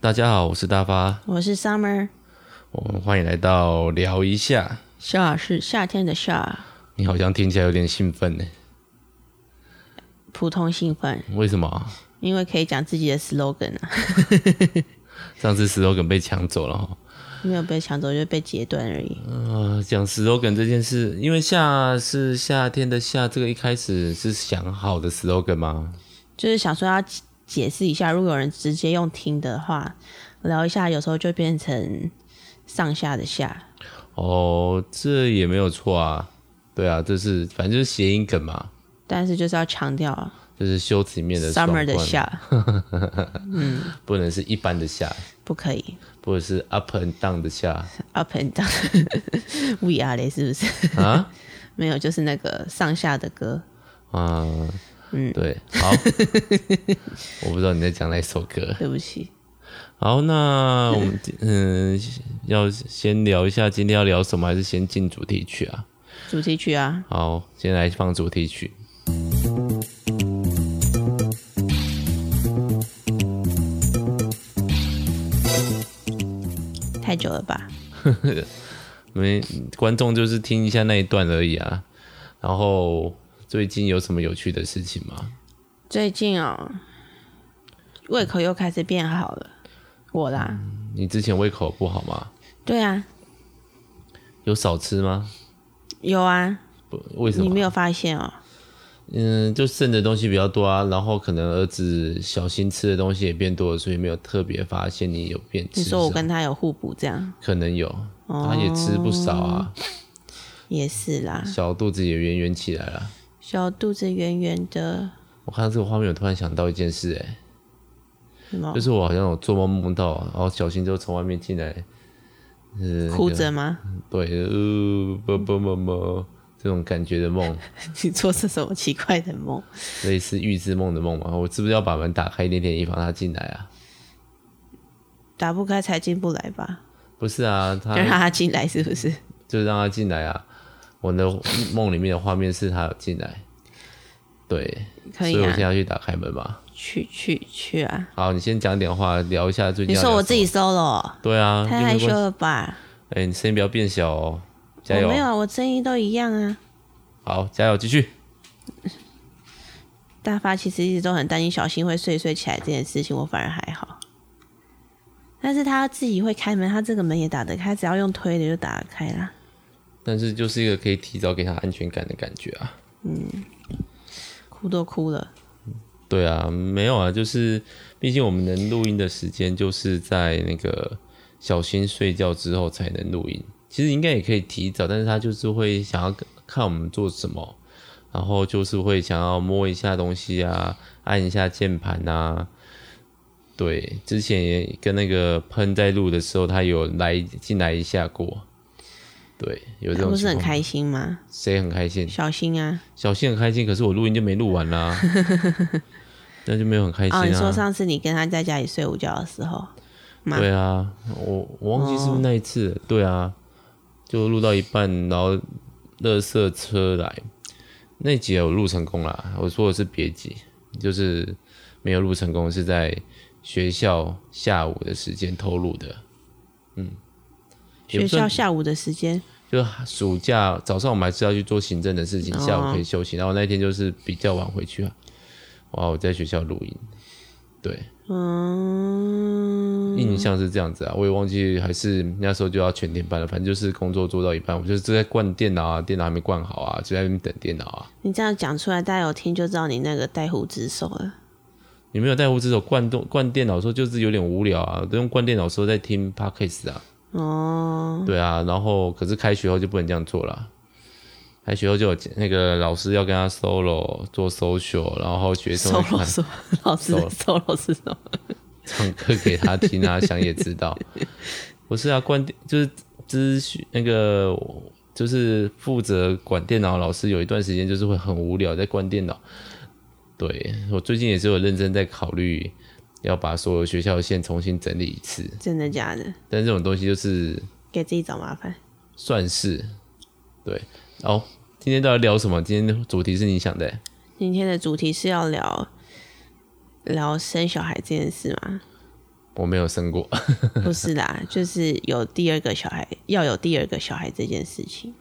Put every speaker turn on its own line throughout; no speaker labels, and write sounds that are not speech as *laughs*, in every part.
大家好，我是大发，
我是 Summer，
我们欢迎来到聊一下。
夏是夏天的夏，
你好像听起来有点兴奋呢，
普通兴奋，
为什么啊？
因为可以讲自己的 slogan 啊，
上次 slogan 被抢走了哈。
没有被抢走就被截断而已。
呃，讲 slogan 这件事，因为夏是夏天的夏，这个一开始是想好的 slogan 吗？
就是想说要解解释一下，如果有人直接用听的话，聊一下，有时候就变成上下的下，
哦，这也没有错啊。对啊，这是反正就是谐音梗嘛，
但是就是要强调啊
就是修辞面的
summer
双
的
关，
夏
不能是一般的夏，
不可以
或者是 up and down 的夏
up and down *laughs* ，we are 嘞，是不是？
啊。
*laughs* 没有，就是那个上下的歌，
啊，嗯，对，
*laughs*
好，我不知道你在讲哪一首歌。
对不起，
好，那我
*laughs*
们今嗯，要先聊一下今天要聊什么，还是先进主题曲啊？
主题曲啊，
好，先来放主题曲。
太久了吧？
没观众就是听一下那一段而已啊。然后最近有什么有趣的事情吗？
最近哦，胃口又开始变好了，我啦，
你之前胃口不好吗？
对啊，
有少吃吗？
有啊，
不，为什
你
么
没？有发现哦？
嗯，就剩的东西比较多啊，然后可能儿子小新吃的东西也变多了，所以没有特别发现你有变吃
你
少。
说我跟他有互补，这样哦
可能有，他也吃不少啊，
也是啦。
小肚子也圆圆起来了。
小肚子圆圆的，
我看到这个画面，我突然想到一件事、欸，哎，
什么
就是我好像有做梦梦到，然后小新就从外面进来，
哭着吗？ *laughs*
对，呃，不不不不，这种感觉的梦，
你做是什么奇怪的梦？
类似预知梦的梦嘛。我是不是要把门打开一点点，以防他进来啊？
打不开才进不来吧？
不是啊，他
*laughs* 就让他进来是不是？
就让他进来啊。我的梦里面的画面是他有进来，对，
可
所以
以
我
啊
现在，要去打开门嘛。
去去去啊！
好，你先讲点话，聊一下最近。
你说我自己？solo，
对啊，
太
又没
害
有关
羞
系。
了吧？
哎、你声音不要变小哦，
我
加油！
没有啊，我声音都一样啊。
好，加油，继续。
大发其实一直都很担心小新会睡睡起来这件事情，我反而还好。但是他自己会开门，他这个门也打得开，只要用推的就打得开啦。
但是就是一个可以提早给他安全感的感觉啊。
哭都哭了，
对啊，没有啊，就是毕竟我们能录音的时间就是在那个小新睡觉之后才能录音。其实应该也可以提早，但是他就是会想要看我们做什么，然后就是会想要摸一下东西啊，按一下键盘啊。对，之前也跟那个喷在录的时候，他有来进来一下过。对，有这
他
种
不是
情
很
况，
开心吗？
谁很开心？
小新啊，
小新很开心，可是我录音就没录完
*laughs*
啦、那就没有很开心啊。
哦，你说上次你跟他在家里睡午觉的时候，吗哦
对啊，我我忘记是不是那一次了对啊，就录到一半，然后垃圾车来，那集有录成功啦。我说的是别集，就是没有录成功，是在学校下午的时间偷录的。嗯，也
学
不算
校下午的时间，
就暑假早上我们还是要去做行政的事情，
哦
下午可以休息。然后那一天就是比较晚回去啊，哇，我在学校录音，对，
嗯，
印象是这样子啊，我也忘记还是那时候就要全天班了，反正就是工作做到一半，我就是正在灌电脑啊，电脑还没灌好啊，就在那边等电脑啊。
你这样讲出来，大家有听就知道你那个带胡子手了。
你没有带胡子手灌动灌电脑的时候，就是有点无聊啊，都用灌电脑的时候在听 podcast 啊，
哦，
对啊，然后可是开学后就不能这样做了。啊开学后就有那个老师要跟他 solo 做 social，然后学生会
solo
看
是老师的 solo 是什么？
唱歌给他听啊，想也知道。不是啊，关电就是资讯那个，就是负责管电脑的老师有一段时间就是会很无聊，在关电脑。对我最近也是有认真在考虑要把所有学校的线重新整理一次，
真的假的？
但这种东西就是
给自己找麻烦。
算是对。哦，今天到底聊什么？今天主题是你想的欸、
今天的主题是要聊聊生小孩这件事嘛？
我没有生过， *laughs*
不是啦，就是有第二个小孩，要有第二个小孩这件事情。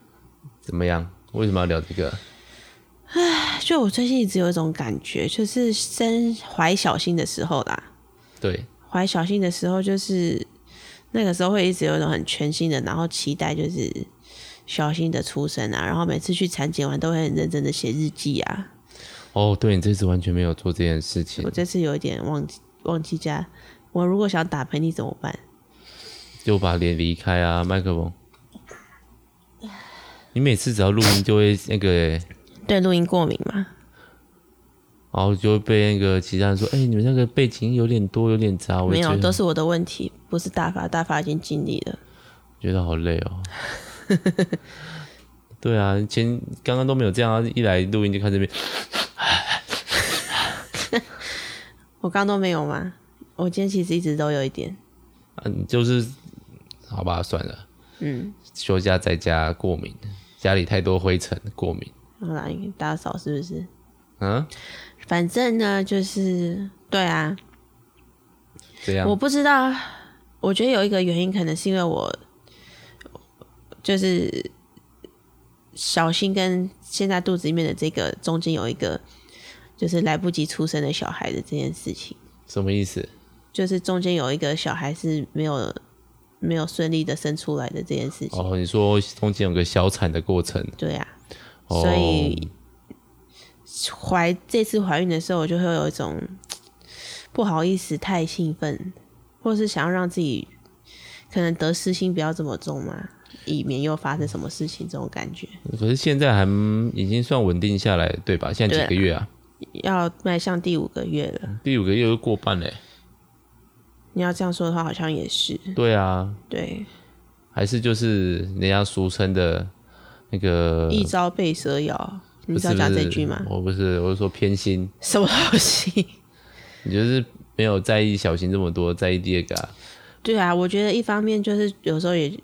怎么样？为什么要聊这个？
就我最近一直有一种感觉，就是生怀小新的时候啦，
对，
怀小新的时候，就是那个时候会一直有一种很全新的，然后期待就是小新的出生啊，然后每次去产检完都会很认真的写日记啊。
哦，对你这次完全没有做这件事情
我，这次有一点忘记忘记加，我如果想打喷嚏怎么办？
就把脸离开啊，麦克风。你每次只要录音就会那个、欸，
对录音过敏嘛？
然后就会被那个其他人说，哎、你们那个背景有点多，有点杂，我
没
也觉
有，
得
都是我的问题，不是大发，大发已经尽力了。
觉得好累哦。 *laughs* 对啊，前刚刚都没有这样啊，一来录音就看这边，
我刚刚都没有吗？我今天其实一直都有一点，
嗯，就是好吧，算了，嗯，休假在家过敏，家里太多灰尘过敏，
好啦，你打扫是不是？
嗯，
反正呢，就是对啊，
这样
我不知道，我觉得有一个原因，可能是因为我就是小新跟现在肚子里面的这个中间有一个就是来不及出生的小孩的这件事情，
什么意思？
就是中间有一个小孩是没有没有顺利的生出来的这件事情，
哦，你说中间有个小产的过程，
对啊，
哦、
所以怀这次怀孕的时候，我就会有一种不好意思太兴奋，或是想要让自己可能得失心不要这么重嘛，以免又发生什么事情这种感觉。
可是现在还已经算稳定下来，对吧？现在
对
几
啊
个月啊？
要迈向第五个月了，
第五个月就过半嘞。
你要这样说的话，好像也是
对啊，
对，
还是就是人家俗称的那个，
一朝被蛇咬。你
不
知
是
道讲
不
这
是
句吗？
我不是，我是说偏心，
什么东西？
你就是没有在意小心这么多，在意第二个、啊。
对啊，我觉得一方面就是有时候也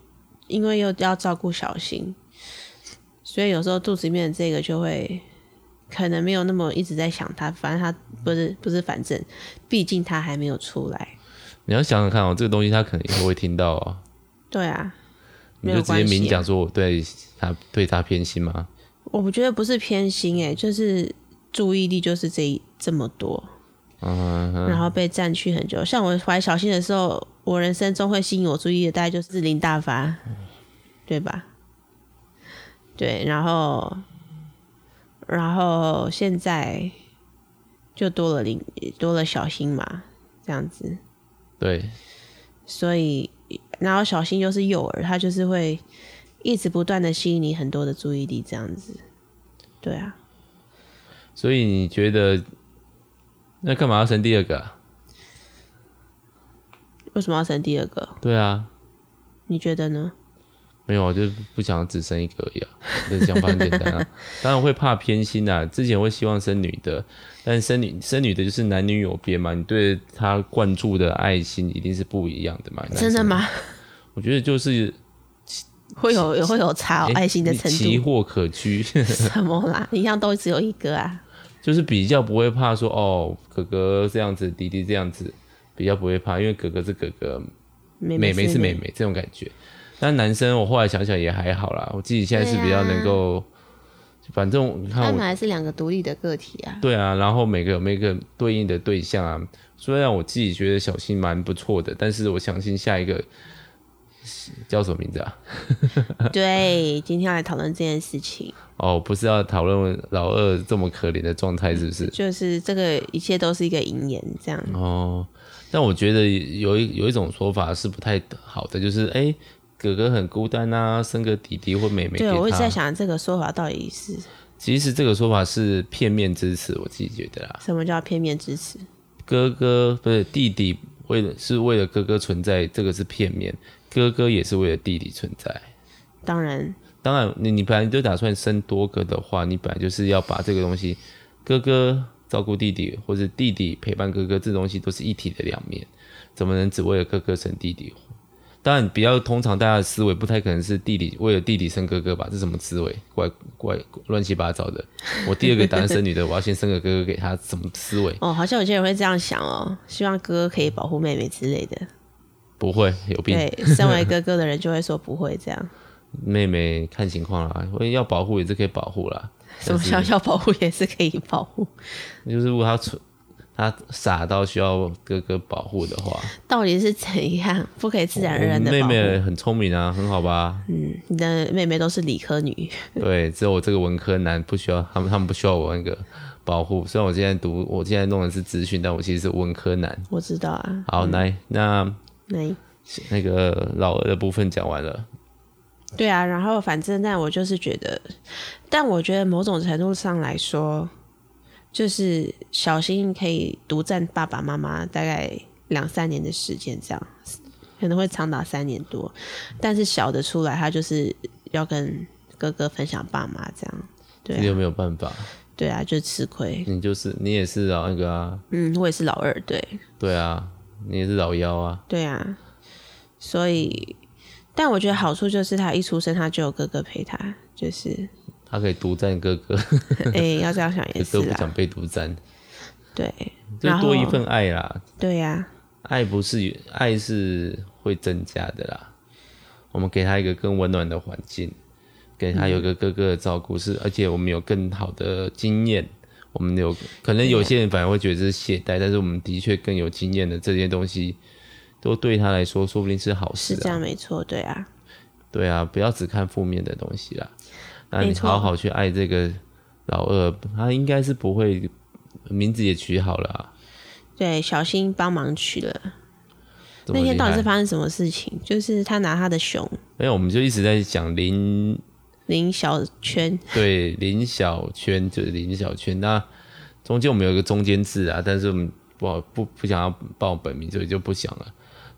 因为又要照顾小新，所以有时候肚子里面的这个就会可能没有那么一直在想他，反正他不是不是，反正毕竟他还没有出来。
你要想想看哦，这个东西他可能以后会听到哦，
对啊，
你
没
就
有
直接
关系啊
明讲说我对他对他偏心吗？
我觉得不是偏心诶、就是注意力就是这一这么多，
嗯哼，
然后被占去很久。像我怀小新的时候，我人生中会吸引我注意的大概就是林大发，对吧？对，然后，然后现在就多了林，多了小新嘛，这样子。
对，
所以，然后小新又是幼儿，他就是会一直不断的吸引你很多的注意力，这样子。对啊，
所以你觉得那干嘛要生第二个、啊？
为什么要生第二个？
对啊，
你觉得呢？
没有，我啊就是不想只生一个而已啊。 *laughs* 我的想法很简单啊，
*laughs*
当然会怕偏心啊。之前会希望生女的，但生女生女的就是男女有别嘛，你对她灌注的爱心一定是不一样的嘛。
真的
男生？
吗？
我觉得就是
会有会有差哦、
诶
爱心的程度。
奇货可居， *laughs*
*laughs* 什么啦？一样都只有一个啊？
就是比较不会怕说哦，哥哥这样子，弟弟这样子，比较不会怕，因为哥哥是哥哥，
妹
妹
妹
妹是妹，妹这种感觉。但男生我后来想想也还好啦，我自己现在是比较能够，
哎
反正你看
他
我
们还是两个独立的个体啊。
对啊，然后每个有每个对应的对象啊，虽然我自己觉得小新蛮不错的，但是我相信下一个叫什么名字啊？
*laughs* 对，今天要来讨论这件事情，
哦，不是要讨论老二这么可怜的状态，是不是？
就是这个一切都是一个引言，这样。
哦，但我觉得有一有一种说法是不太好的，就是哎、哥哥很孤单啊，生个弟弟或妹妹给
对，我一直在
他。
想这个说法到底是
其实这个说法是片面之词，我自己觉得啦。
什么叫片面支持？
哥哥不是弟弟，为了是为了哥哥存在，这个是片面。哥哥也是为了弟弟存在。
当然，
当然，你你本来就打算生多个的话，你本来就是要把这个东西，哥哥照顾弟弟，或者弟弟陪伴哥哥，这东西都是一体的两面，怎么能只为了哥哥生弟弟？当然比较通常大家的思维不太可能是弟弟为了弟弟生哥哥吧？这什么思维？怪怪乱七八糟的。我第二个打算生女的，我要先生个哥哥给他，什么思维？
哦，好像有些人会这样想哦，希望哥哥可以保护妹妹之类的。
不会有病， *laughs*
对，身为哥哥的人就会说不会这样，
妹妹看情况啦，我要保护也是可以保护啦。
什么小小保护也是可以保护。
就是如果他蠢，他傻到需要哥哥保护的话，
*laughs* 到底是怎样？不可以自然而然的
妹
保护。
妹很聪明啊，很好吧？
嗯，你的妹妹都是理科女，
对，只有我这个文科男不需要，他们他们不需要我那个保护。虽然我现在读，我现在弄的是资讯，但我其实是文科男。
我知道啊。
好，来，那
那
那个老二的部分讲完了，
对啊，然后反正但我就是觉得，但我觉得某种程度上来说，就是小新可以独占爸爸妈妈大概两三年的时间，这样可能会长达三年多。但是小的出来，他就是要跟哥哥分享爸妈这样。
你
对
有
啊，
没有办法？
对啊，就吃亏。
你就是你也是啊，那个啊，
嗯，我也是老二，对
对啊，你也是老幺啊，
对啊，所以，但我觉得好处就是他一出生他就有哥哥陪他，就是
他可以独占哥哥，
哎、要这样想也
哥
是
哥不
啦，
想被独占，
对
就
然后
多一份爱啦。
对呀、
爱不是爱是会增加的啦。我们给他一个更温暖的环境，给他有一个哥哥的照顾，是而且我们有更好的经验。我们有可能有些人反而会觉得这是懈怠，但是我们的确更有经验的这些东西，都对他来说说不定是好事
是
啊。
这样没错，对啊，
对啊，不要只看负面的东西啦。那
没
你
错
好好去爱这个老二，他应该是不会，名字也取好了、啊。
对，小新帮忙去了。
这么
那天
厉
到底是
害
发生什么事情？就是他拿他的熊
没有，我们就一直在讲林，
林小圈，
对林小圈就是林小圈。那中间我们有一个中间字啊，但是我们不好不不想要报本名，所以就不想了。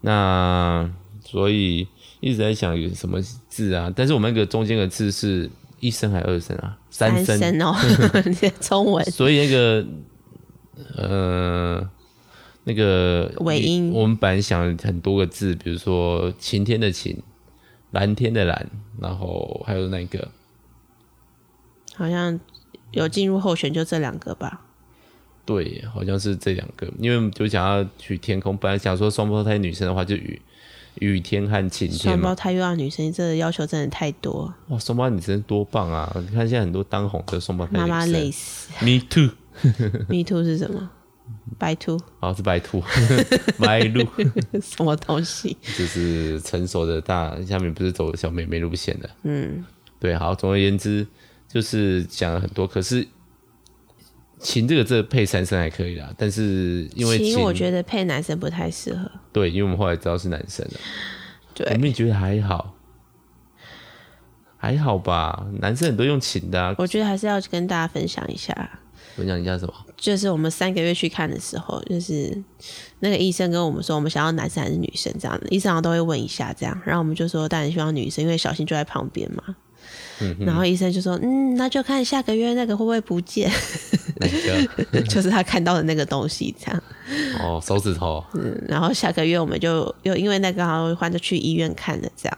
那所以一直在想有什么字啊，但是我们那个中间的字是一声还是二声啊？三声。
声哦，你的中
*laughs*
文
所以那个呃，那个
尾音
我们本来想很多个字，比如说晴天的晴，蓝天的蓝，然后还有那个
*laughs* 好像有进入候选，就这两个吧。
对，好像是这两个，因为我们就想要取天空，本来想说双胞胎女生的话就雨雨天和晴天
双
嘛
胞，胎又要女生，这个要求真的太多，
哇，双胞胎女生多棒啊！你看现在很多当红的双胞胎
妈妈
女
累
生 *laughs*
死。
，Me too，
Me too 是什么？白兔
哦是白兔， *laughs* 白鹿，
什么东西？
就是成熟的大，下面不是走小妹妹路线的。
嗯，
对，好，总而言之就是讲了很多，可是琴这个这配三声还可以啦，但是因为
其
琴
实我觉得配男生不太适合。
对，因为我们后来知道是男生了，我
对，
们也觉得还好，还好吧，男生很多用琴的、啊，
我觉得还是要跟大家分享一下。
分享一下什么？
就是我们三个月去看的时候，就是那个医生跟我们说，我们想要男生还是女生这样的，医生好像都会问一下这样，然后我们就说当然希望女生，因为小新就在旁边嘛。然后医生就说：“嗯，那就看下个月那个会不会不见， *laughs*
哪个？
就是他看到的那个东西这样。
哦，手指头，
嗯”然后下个月我们就又因为那个好像换就去医院看了这样。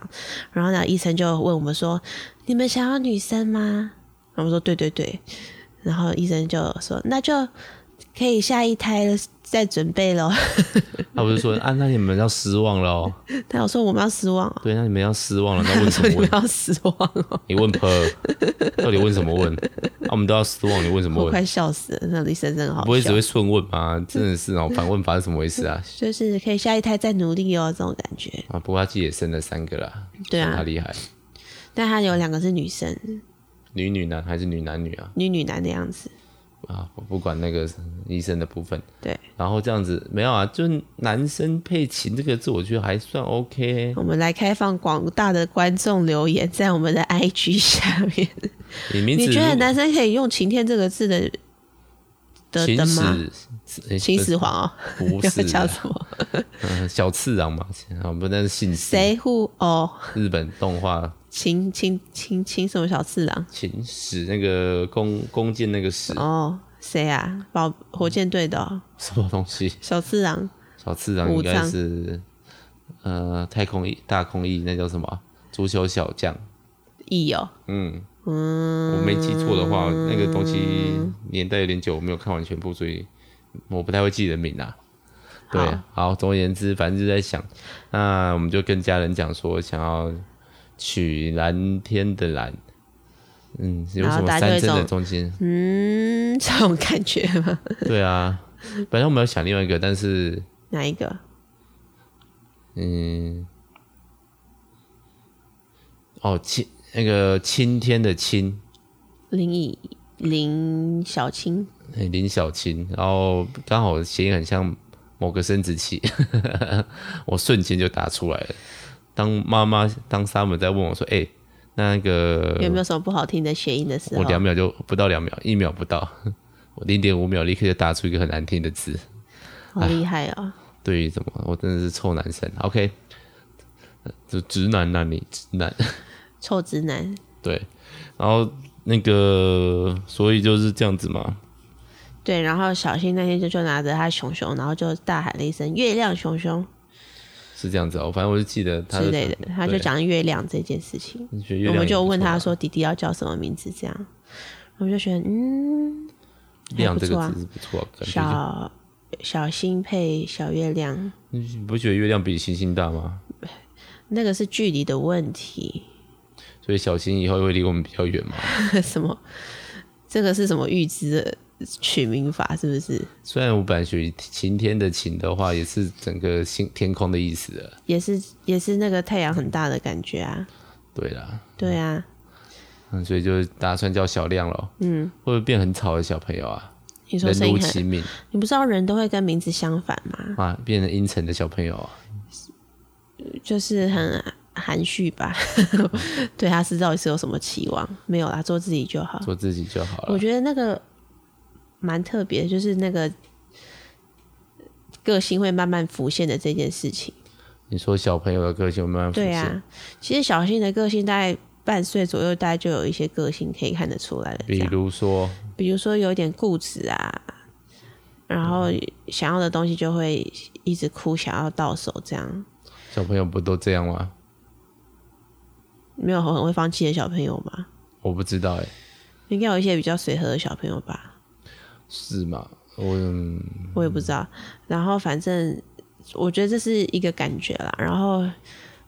然后呢，医生就问我们说：“你们想要女生吗？”我们说：“对对对。”然后医生就说：“那就可以下一胎了，再准备喽。”
他不是说啊，那你们要失望了哦，
*laughs* 他有说我们要失望、哦，
对，那你们要失望了，那问什
*laughs* 说
么
你们
问？
要失望、哦，
你问 per，到底问什么问？啊，我们都要失望，你问什么
我
问？
快笑死了。那李生真的好
不会只
笑，
会顺问吗？真的是哦，反问法是怎么回事啊？
就是可以下一胎再努力哦，这种感觉。
啊，不过他自己也生了三个啦，
对啊
算他厉害，
但他有两个是女生，
女女男还是女男女啊？
女女男的样子。
啊，我不管那个医生的部分。
对，
然后这样子没有啊，就是男生配琴这个字，我觉得还算 OK。
我们来开放广大的观众留言，在我们的 *laughs* IG 下面。
你名字
你
如
觉得
果
男生可以用“晴天”这个字的的
秦
的吗？
始呃
秦始皇哦，
不是
*laughs*
啊
要叫什么？
嗯小次郎嘛？啊，不，那是姓氏
谁护哦？
日本动画
秦秦秦秦什么小次郎？
秦始那个弓弓箭那个矢
哦，谁啊？保火箭队的哦、
什么东西？啊
小次郎。
小次郎应该是呃太空翼大空翼那叫什么啊足球小将，
E 哦，
嗯嗯，我没记错的话，
嗯
那个东西年代有点久，我没有看完全部，所以我不太会记人名啊。对，好，总而言之，反正就在想，那我们就跟家人讲说，想要取蓝天的蓝，嗯，有
然
什
后
么
大家就
三
会
针的
走
中间？
嗯， *laughs* 这种感觉吗？
*laughs* 对啊，本来我们要想另外一个，但是
哪一个？
嗯，哦，青那个青天的青，
林以林小青，
哎林小青，然后刚好谐音很像某个生殖器， *laughs* 我瞬间就答出来了。当妈妈当 Summer 在问我说：“哎、那个
有没有什么不好听的谐音的时
呃我
候？
两秒就不到两秒，一秒不到，我零点五秒立刻就打出一个很难听的字。
好厉害哦！
对于怎么，我真的是臭男生。OK，呃就直男那、你直男
臭直男，
对，然后那个，所以就是这样子嘛。
对，然后小新那天就就拿着他熊熊，然后就大喊了一声“月亮熊熊
是这样子哦，反正我就记得”他
之类的，他就
对
讲月亮这件事情。
学月
我
亮
们
也
就
不
问
错
他
啊
说：“弟弟要叫什么名字？”这样，我们就觉得嗯，
“亮”这
不错
个
啊
字是不错、啊，感觉
小小新配小月亮，
是你不觉得月亮比星星大吗？
那个是距离的问题。 *laughs*
所以小新以后会离我们比较远嘛。
什么？这个是什么预知的取名法？是不是
虽然我本来属于晴天的晴的话，也是整个星天空的意思了。
也是也是那个太阳很大的感觉啊？
对啦，
对啊，
嗯，所以就打算叫小亮咯。嗯，会不会变很吵的小朋友啊？
你说
人
声
如
音
其
很，
名
你不知道人都会跟名字相反吗？
啊，变成阴沉的小朋友啊，
就是很含蓄吧？ *laughs* 对他是到底是有什么期望？没有啦，做自己就好。
做自己就好
哦我
了。
觉得那个蛮特别，就是那个个性会慢慢浮现的这件事情。
你说小朋友的个性慢慢浮
对
现，
啊，其实小新的个性大概半岁左右，大概就有一些个性可以看得出来了。这
比
样，
如说，
比如说有点固执啊，然后想要的东西就会一直哭，想要到手，这样
小朋友不都这样吗？
没有很会放弃的小朋友吧？
我不知道哎、
应该有一些比较随和的小朋友吧，
是吗？我嗯
我也不知道。然后反正我觉得这是一个感觉啦。然后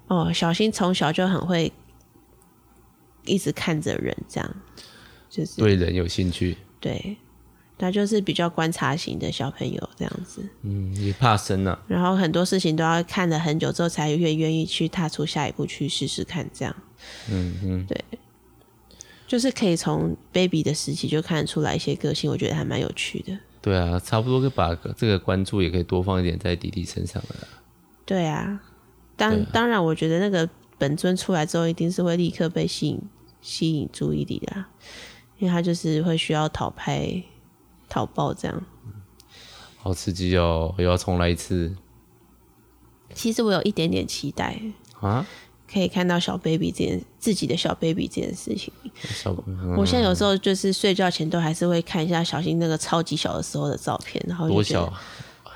哦，小新从小就很会一直看着人，这样就是
对人有兴趣，
对，他就是比较观察型的小朋友这样子，
嗯，也怕生啊。
然后很多事情都要看了很久之后，才越愿意去踏出下一步去试试看，这样
嗯嗯，
就是可以从 baby 的时期就看得出来一些个性，我觉得还蛮有趣的。
对啊，差不多可以把这个关注也可以多放一点在弟弟身上了啦。
对啊，当当然，我觉得那个本尊出来之后，一定是会立刻被吸引吸引注意力的啊，因为他就是会需要讨拍、讨爆这样。
好刺激哦，又要重来一次
其实我有一点点期待，
啊！
可以看到小 baby 这件自己的小 baby 这件事情。
小，嗯
我现在有时候就是睡觉前都还是会看一下小新那个超级小的时候的照片，然后就
多
觉得
小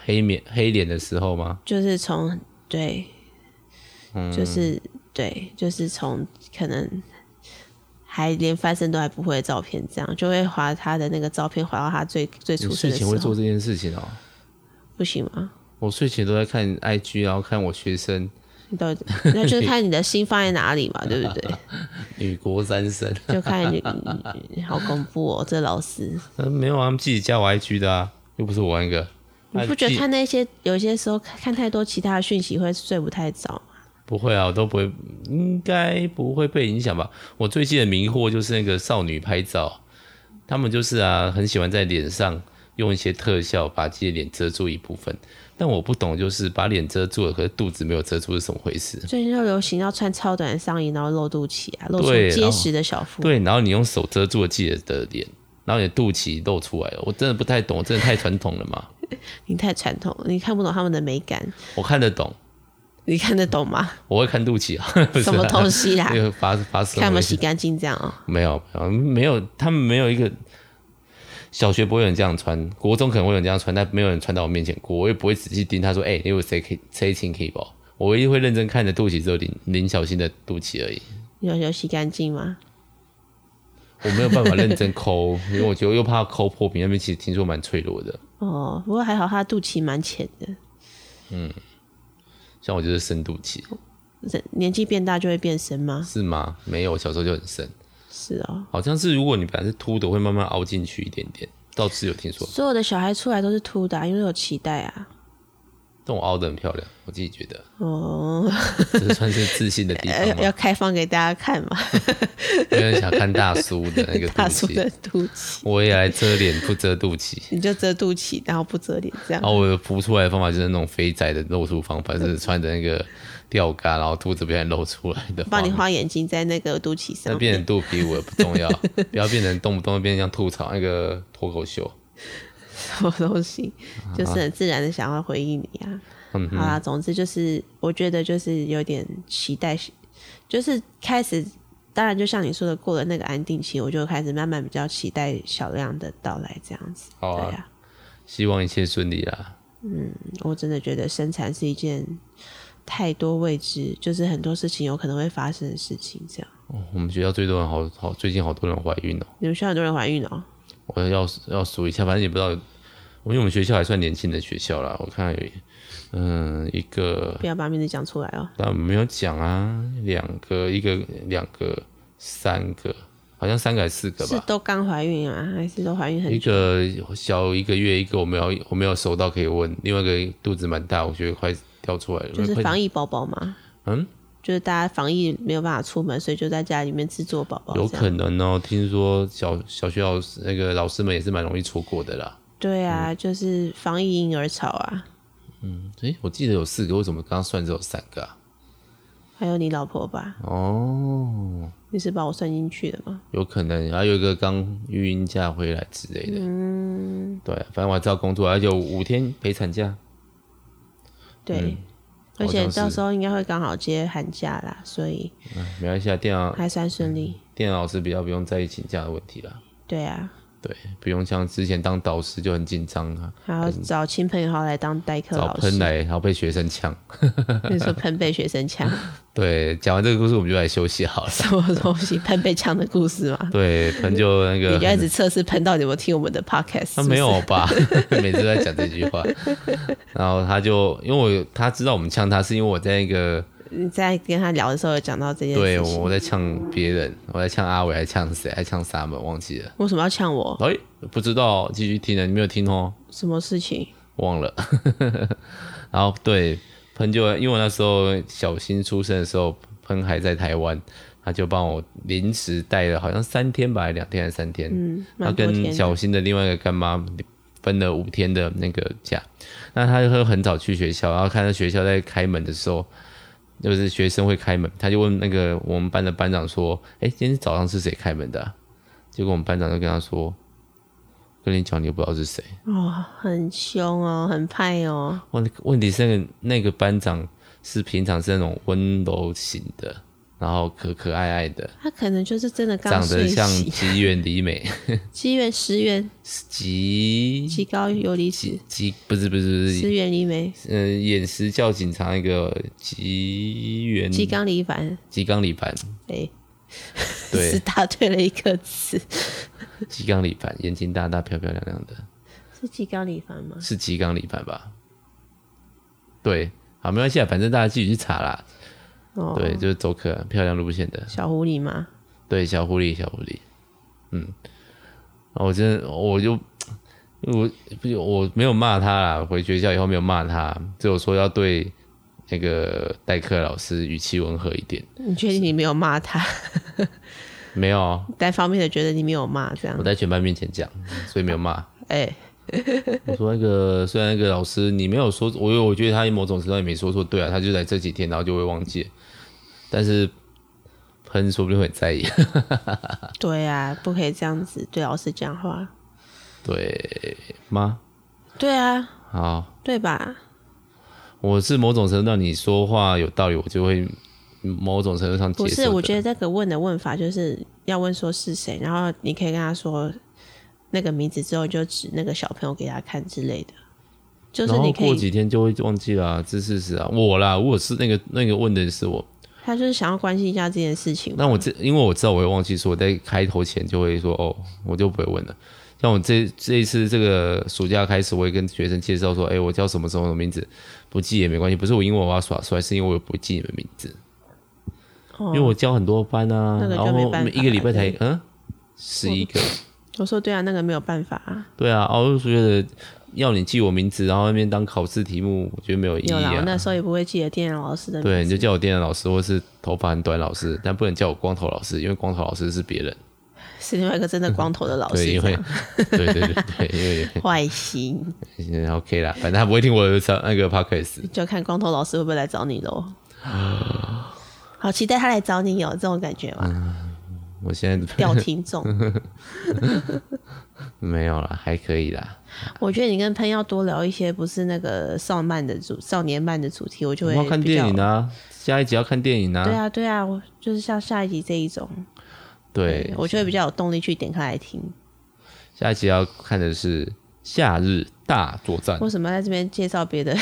黑面黑脸的时候吗？
就是从对，
嗯
就是对，就是从可能还连翻身都还不会的照片，这样就会划他的那个照片，划到他最最
你
出生
睡
的时
前会做
候，
这件事情哦。
不行吗？
我睡前都在看 IG，然后看我学生
你到底那就是看你的心放在哪里嘛，对不对？
女国三生， *laughs*
就看你，你好恐怖哦，这老师，
呃没有啊，他们自己加我 IG 的啊，又不是我那个。啊
你不
哎
觉得看那些有些时候看看太多其他的讯息会睡不太着吗？
不会啊，我都不会，应该不会被影响吧？我最近的迷惑就是那个少女拍照，他们就是啊，很喜欢在脸上用一些特效把自己的脸遮住一部分。但我不懂，就是把脸遮住了，可是肚子没有遮住是怎么回事？
最近就流行要穿超短的上衣，然后露肚脐啊，露出
对然
结
后
实的小腹。
对，然后你用手遮住了自己的脸，然后你的肚脐露出来了。我真的不太懂，我真的太传统了嘛？
你太传统了，你看不懂他们的美感，
我看得懂，
你看得懂吗？
我会看肚脐啊， *laughs* 不是
什
啊
么东西啦
*laughs* 那？个发发生
看有没有
了
洗干净这样哦、
没有没有没有，他们没有一个小学不会有人这样穿，国中可能会有人这样穿，但没有人穿到我面前过，我也不会仔细盯他说，哎、你有谁可以谁请可以包？我唯一会认真看的肚脐只有林林小新的肚脐而已，
有有洗干净吗？
我没有办法认真抠，因为我觉得又怕抠破皮，那边其实听说蛮脆弱的，
哦，不过还好他肚脐蛮浅的，
像我就是深肚脐，
人年纪变大就会变深吗？
是吗？没有，我小时候就很深，
是哦，
好像是如果你本来是凸的，会慢慢凹进去一点点，倒是有听说，
所有的小孩出来都是凸的啊、因为有脐带啊。
但我凹的很漂亮，我自己觉得，
哦，
这算是自信的地方
*laughs* 要
吗
要？开放给大家看嘛，
有点想看大叔的那个肚
大叔的
脐，
肚脐，
我也来遮脸不遮肚脐。
你就遮肚脐，然后不遮脸这样。
然后我浮出来的方法就是那种肥仔的露出方法，就是穿着那个吊嘎，然后肚子被人露出来的
帮
方
你
法。
画眼睛在那个肚脐
那
上
变成，
面
肚皮舞也不重
*laughs*
要，不要变成动不动变成像吐槽那个脱口秀。
什么
*laughs*
东西，就是很自然的想要回应你啊。
嗯
好啦，总之就是我觉得就是有点期待，就是开始，当然就像你说的，过了那个安定期，我就开始慢慢比较期待小亮的到来这样子。
好啊
对啊，
希望一切顺利啦。
我真的觉得生产是一件太多未知，就是很多事情有可能会发生的事情。这样，
哦我们学校最多人好好，最近好多人怀孕哦。
你们学校很多人怀孕哦、
我要要数一下，反正也不知道，因为我们学校还算年轻的学校啦。我看有一嗯一个，
不要把名字讲出来哦、
但没有讲啊，两个，一个两个三个，好像三个还是四个吧？
是都刚怀孕啊，还是都怀孕
一
很久？
个小一个月，一个我没有我没有收到可以问，另外一个肚子蛮大，我觉得快掉出来了，
就是
快
防疫宝宝嘛，
嗯，
就是大家防疫没有办法出门，所以就在家里面制作宝宝。
有可能哦。听说小小学老师那个老师们也是蛮容易出过的啦。
对啊，
嗯
就是防疫婴儿潮啊，
诶，我记得有四个，为什么刚刚算只有三个啊？
还有你老婆吧？
哦，
你是把我算进去的吗？
有可能，还有一个刚育婴假回来之类的。嗯，对，反正我还知道工作，而且有五天陪产假。
对，而
嗯好像
且
是
到时候应该会刚好接寒假啦，所以
没关系啊，电脑
还算顺利。
电脑老师比较不用在意请假的问题啦。
对啊，
对，不用像之前当导师就很紧张啊，
还要找亲朋好友来当代课
找
老
喷啊
师，
来，然后被学生呛。
*laughs* 你说喷被学
*laughs*
生呛
对，讲完这个故事，我们就来休息
*laughs*
好了。
什么东西？喷被呛的故事吗？
对，喷就那
你
个
就一直测试喷到底有没有听我们的 podcast？
他
是不是
没有吧？ *laughs* 每次都在讲这句话，然后他就因为我他知道我们呛他，是因为我在那个
你在跟他聊的时候有讲到这件
对
事
我
情，
我在呛别人，我在呛阿伟，还呛谁？还呛沙门，忘记了。
为什么要呛我？
哎，不知道，继续听了，你没有听哦。
什么事情？
忘了。 *laughs* 然后对喷就因为我那时候小新出生的时候，喷还在台湾，他就帮我临时带了好像三天吧，还两天还是三天。
嗯，
他
蛮多天
跟
的
小新的另外一个干妈分了五天的那个假，那他就很早去学校，然后看到学校在开门的时候，就是学生会开门，他就问那个我们班的班长说：“哎、今天早上是谁开门的啊、结果我们班长就跟他说：“跟你讲，你又不知道是谁。”
哦，很凶哦，很派哦，
问问题是那个那个班长是平常是那种温柔型的，然后可可爱爱的，
他可能就是真的刚
长得
睡
像
醒，
吉原里美， *laughs*
七元十元
吉
极高游离子，
吉不是不是不
十
是，
元离梅，
嗯、呃，演时叫警察那个吉原
极刚离凡，
吉冈里凡，
哎， *laughs* 是
对，
答对了一个词，
吉冈里凡，眼睛大大漂漂亮亮的，
是极刚离凡吗？
是吉冈里凡吧？对，好，没关系啊，反正大家自己去查啦。
哦，
对，就是走可漂亮路线的。
小狐狸吗？
对，小狐狸，小狐狸，嗯，然后我真的我就我不我没有骂他啦，回学校以后没有骂他，只有说要对那个代课老师语气温和一点。
你确定你没有骂他？
没有哦，
单方面的觉得你没有骂这样
我，在全班面前讲，所以没有骂。
哎，
我说那个，虽然那个老师你没有说，我有我觉得他某种程度也没说错，对啊，他就来这几天，然后就会忘记，但是喷说不定会很在意。 *laughs*
对啊，不可以这样子对老师讲话，
对吗？
对啊，
好。
对吧？
我是某种程度，你说话有道理，我就会某种程度上接受
不
的。
是，我觉得这个问的问法就是要问说是谁，然后你可以跟他说那个名字之后，你就指那个小朋友给他看之类的，就是
然后
你可
过
以，
几天就会忘记啦，这事实啊，我啦，我是那个那个问的人是我，
他就是想要关心一下这件事情。
那我这因为我知道我会忘记，所以我在开头前就会说哦，我就不会问了。像我这这一次这个暑假开始，我也跟学生介绍说，哎、我叫什么什么名字，不记也没关系，不是我因为我要耍帅，是因为我不记你们名字，
哦
因为我教很多班啊，
那个就
然后
没
我
办
们
法
一个礼拜才
对
嗯十一个，
我说对啊，那个没有办法啊。
对啊，哦，我就觉得要你记我名字，然后那边当考试题目，我觉得没有意义
有啦，我
啊。
那时候也不会记得电脑老师的
对，
名
你
字。
就叫我电脑老师或是头发很短老师，但不能叫我光头老师，因为光头老师是别人。
是另外一个真的光头的老
*laughs* 对，
师
因
哦这
为
样，
对对对对，因为
坏心，
现在 OK 啦，反正他不会听我的上那个 podcast。
就看光头老师会不会来找
*laughs*
你喽。好期待他来找你，有哦这种感觉
*laughs*
吗？
我现在
掉听众，
*laughs* 没有啦，还可以啦。
我觉得你跟潘要多聊一些不是那个少漫的主少年漫的主题，我就
我
会
们要看
比较
电影啊，下一集要看电影
对
啊。
啊，对啊，我就是像下一集这一种，
对，
我就会比较有动力去点开来听。
下一集要看的是《夏日大作战》。
为什么在这边介绍别的？
嗯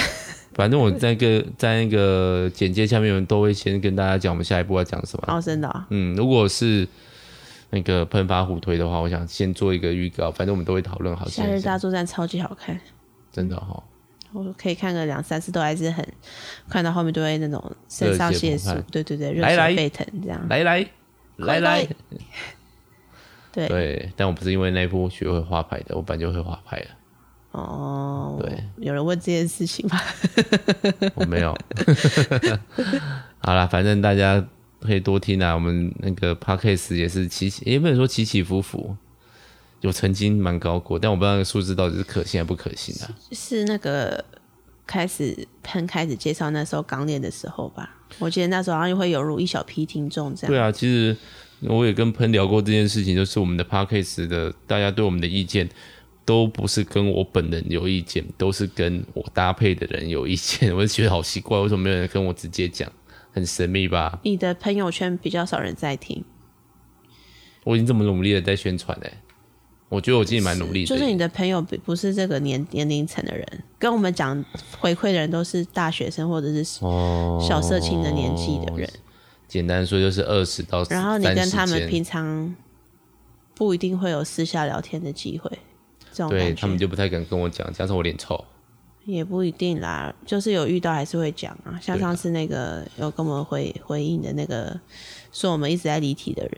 反正我在那个在那个简介下面，我们都会先跟大家讲我们下一步要讲什么。
哦，真的啊、
嗯，如果是那个喷发虎推的话，我想先做一个预告，反正我们都会讨论好。
夏日大作战》超级好看，
真的哈、
我可以看个两三次，都还是很看到后面都会那种肾上腺素
热血澎，湃
对对对，热
来来
血沸腾这样。
来来来来，
对，
对，但我不是因为那一部学会画牌的，我本来就会画牌了，
哦，
对，
有人问这件事情吗？
我没有。好啦，反正大家可以多听啊，我们那个 podcast 也是起起，也不能说起起伏伏，有曾经蛮高过，但我不知道那个数字到底是可信还不可信啊。
是那个开始喷开始介绍那时候刚练的时候吧，我记得那时候好像会有入一小批听众这样。
对啊，其实我也跟喷聊过这件事情，就是我们的 podcast 的大家对我们的意见。都不是跟我本人有意见，都是跟我搭配的人有意见，我就觉得好奇怪，为什么没有人跟我直接讲？很神秘吧？
你的朋友圈比较少人在听，
我已经这么努力的在宣传嘞、我觉得我自己蛮努力的。欸
就是你的朋友不不是这个年年龄层的人，跟我们讲回馈的人都是大学生或者是小社青的年纪的人，
简单说就是二哦十到30
然后你跟他们
间
平常不一定会有私下聊天的机会，这种
对
感
他们
觉
就不太敢跟我讲，加上我脸臭，
也不一定啦，就是有遇到还是会讲啊，像
对啊
上次那个有跟我们回回应的那个说我们一直在离题的人，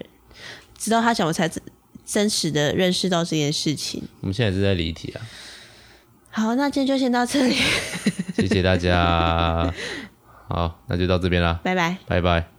直到他讲我才真真实的认识到这件事情。
我们现在也是在离题啊，
好，那今天就先到这里， *laughs*
谢谢大家，好，那就到这边啦，
拜拜。
拜拜。